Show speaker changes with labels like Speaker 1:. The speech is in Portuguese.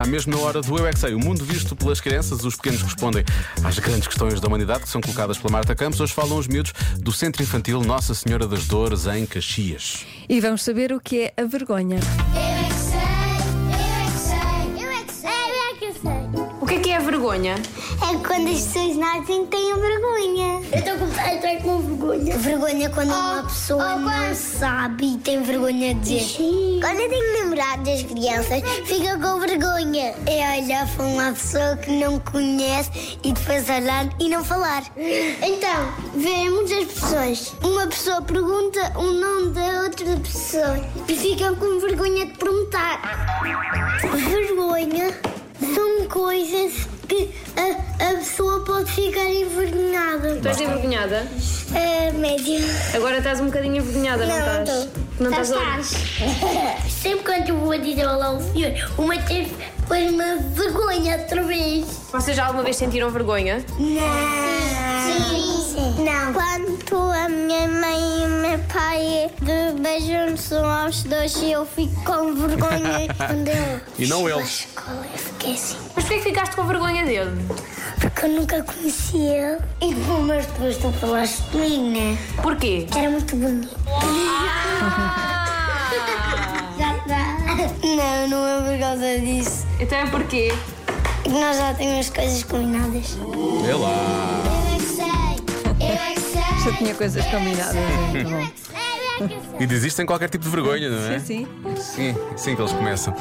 Speaker 1: À mesma hora do Eu é que Sei, o mundo visto pelas crianças, os pequenos respondem às grandes questões da humanidade que são colocadas pela Marta Campos. Hoje falam os miúdos do Centro Infantil Nossa Senhora das Dores, em Caxias.
Speaker 2: E vamos saber o que é a vergonha.
Speaker 3: Eu é que sei, eu é que sei, eu é que sei, eu é que sei.
Speaker 4: O que é que é a vergonha?
Speaker 3: É quando as pessoas nascem tenham vergonha. Eu estou com, vergonha. Oh, Vergonha quando uma pessoa não sabe e tem vergonha de dizer. Quando eu tenho namorado das crianças, fica com vergonha. É olhar para uma pessoa que não conhece e depois olhar e não falar. Então, vêem muitas pessoas. Uma pessoa pergunta o nome da outra pessoa e ficam com vergonha de perguntar. Vergonha são coisas que a, a pessoa pode ficar envergonhada.
Speaker 4: Estás envergonhada?
Speaker 3: É, médio.
Speaker 4: Agora estás um bocadinho envergonhada, não,
Speaker 3: Não,
Speaker 4: estás?
Speaker 3: não tô. Tá
Speaker 4: Não
Speaker 3: Já
Speaker 4: estás? a-
Speaker 3: estás. Sempre quando eu vou dizer olá ao senhor, o Matheus põe uma vergonha outra vez.
Speaker 4: Vocês já alguma vez sentiram vergonha?
Speaker 3: Não. Não. Quando a minha mãe e o meu pai beijam-se aos dois e eu fico com vergonha. quando eu
Speaker 1: E não
Speaker 3: cheguei à
Speaker 1: eles.
Speaker 3: escola, eu fiquei assim.
Speaker 4: Mas porquê é que ficaste com vergonha dele?
Speaker 3: Porque eu nunca conheci ele. E como as pessoas estão a falar de mim, né?
Speaker 4: Porquê?
Speaker 3: Que era muito bonito. Ah. Não, não é por causa disso.
Speaker 4: Então é porquê?
Speaker 3: Que nós já temos as coisas combinadas.
Speaker 1: É lá.
Speaker 3: Eu é que sei, eu é que sei.
Speaker 2: Já tinha coisas combinadas, é, tá bom.
Speaker 3: Eu é que sei, eu é que sei.
Speaker 1: E desistem qualquer tipo de vergonha, não é?
Speaker 2: Sim, sim.
Speaker 1: Sim, sim que eles começam.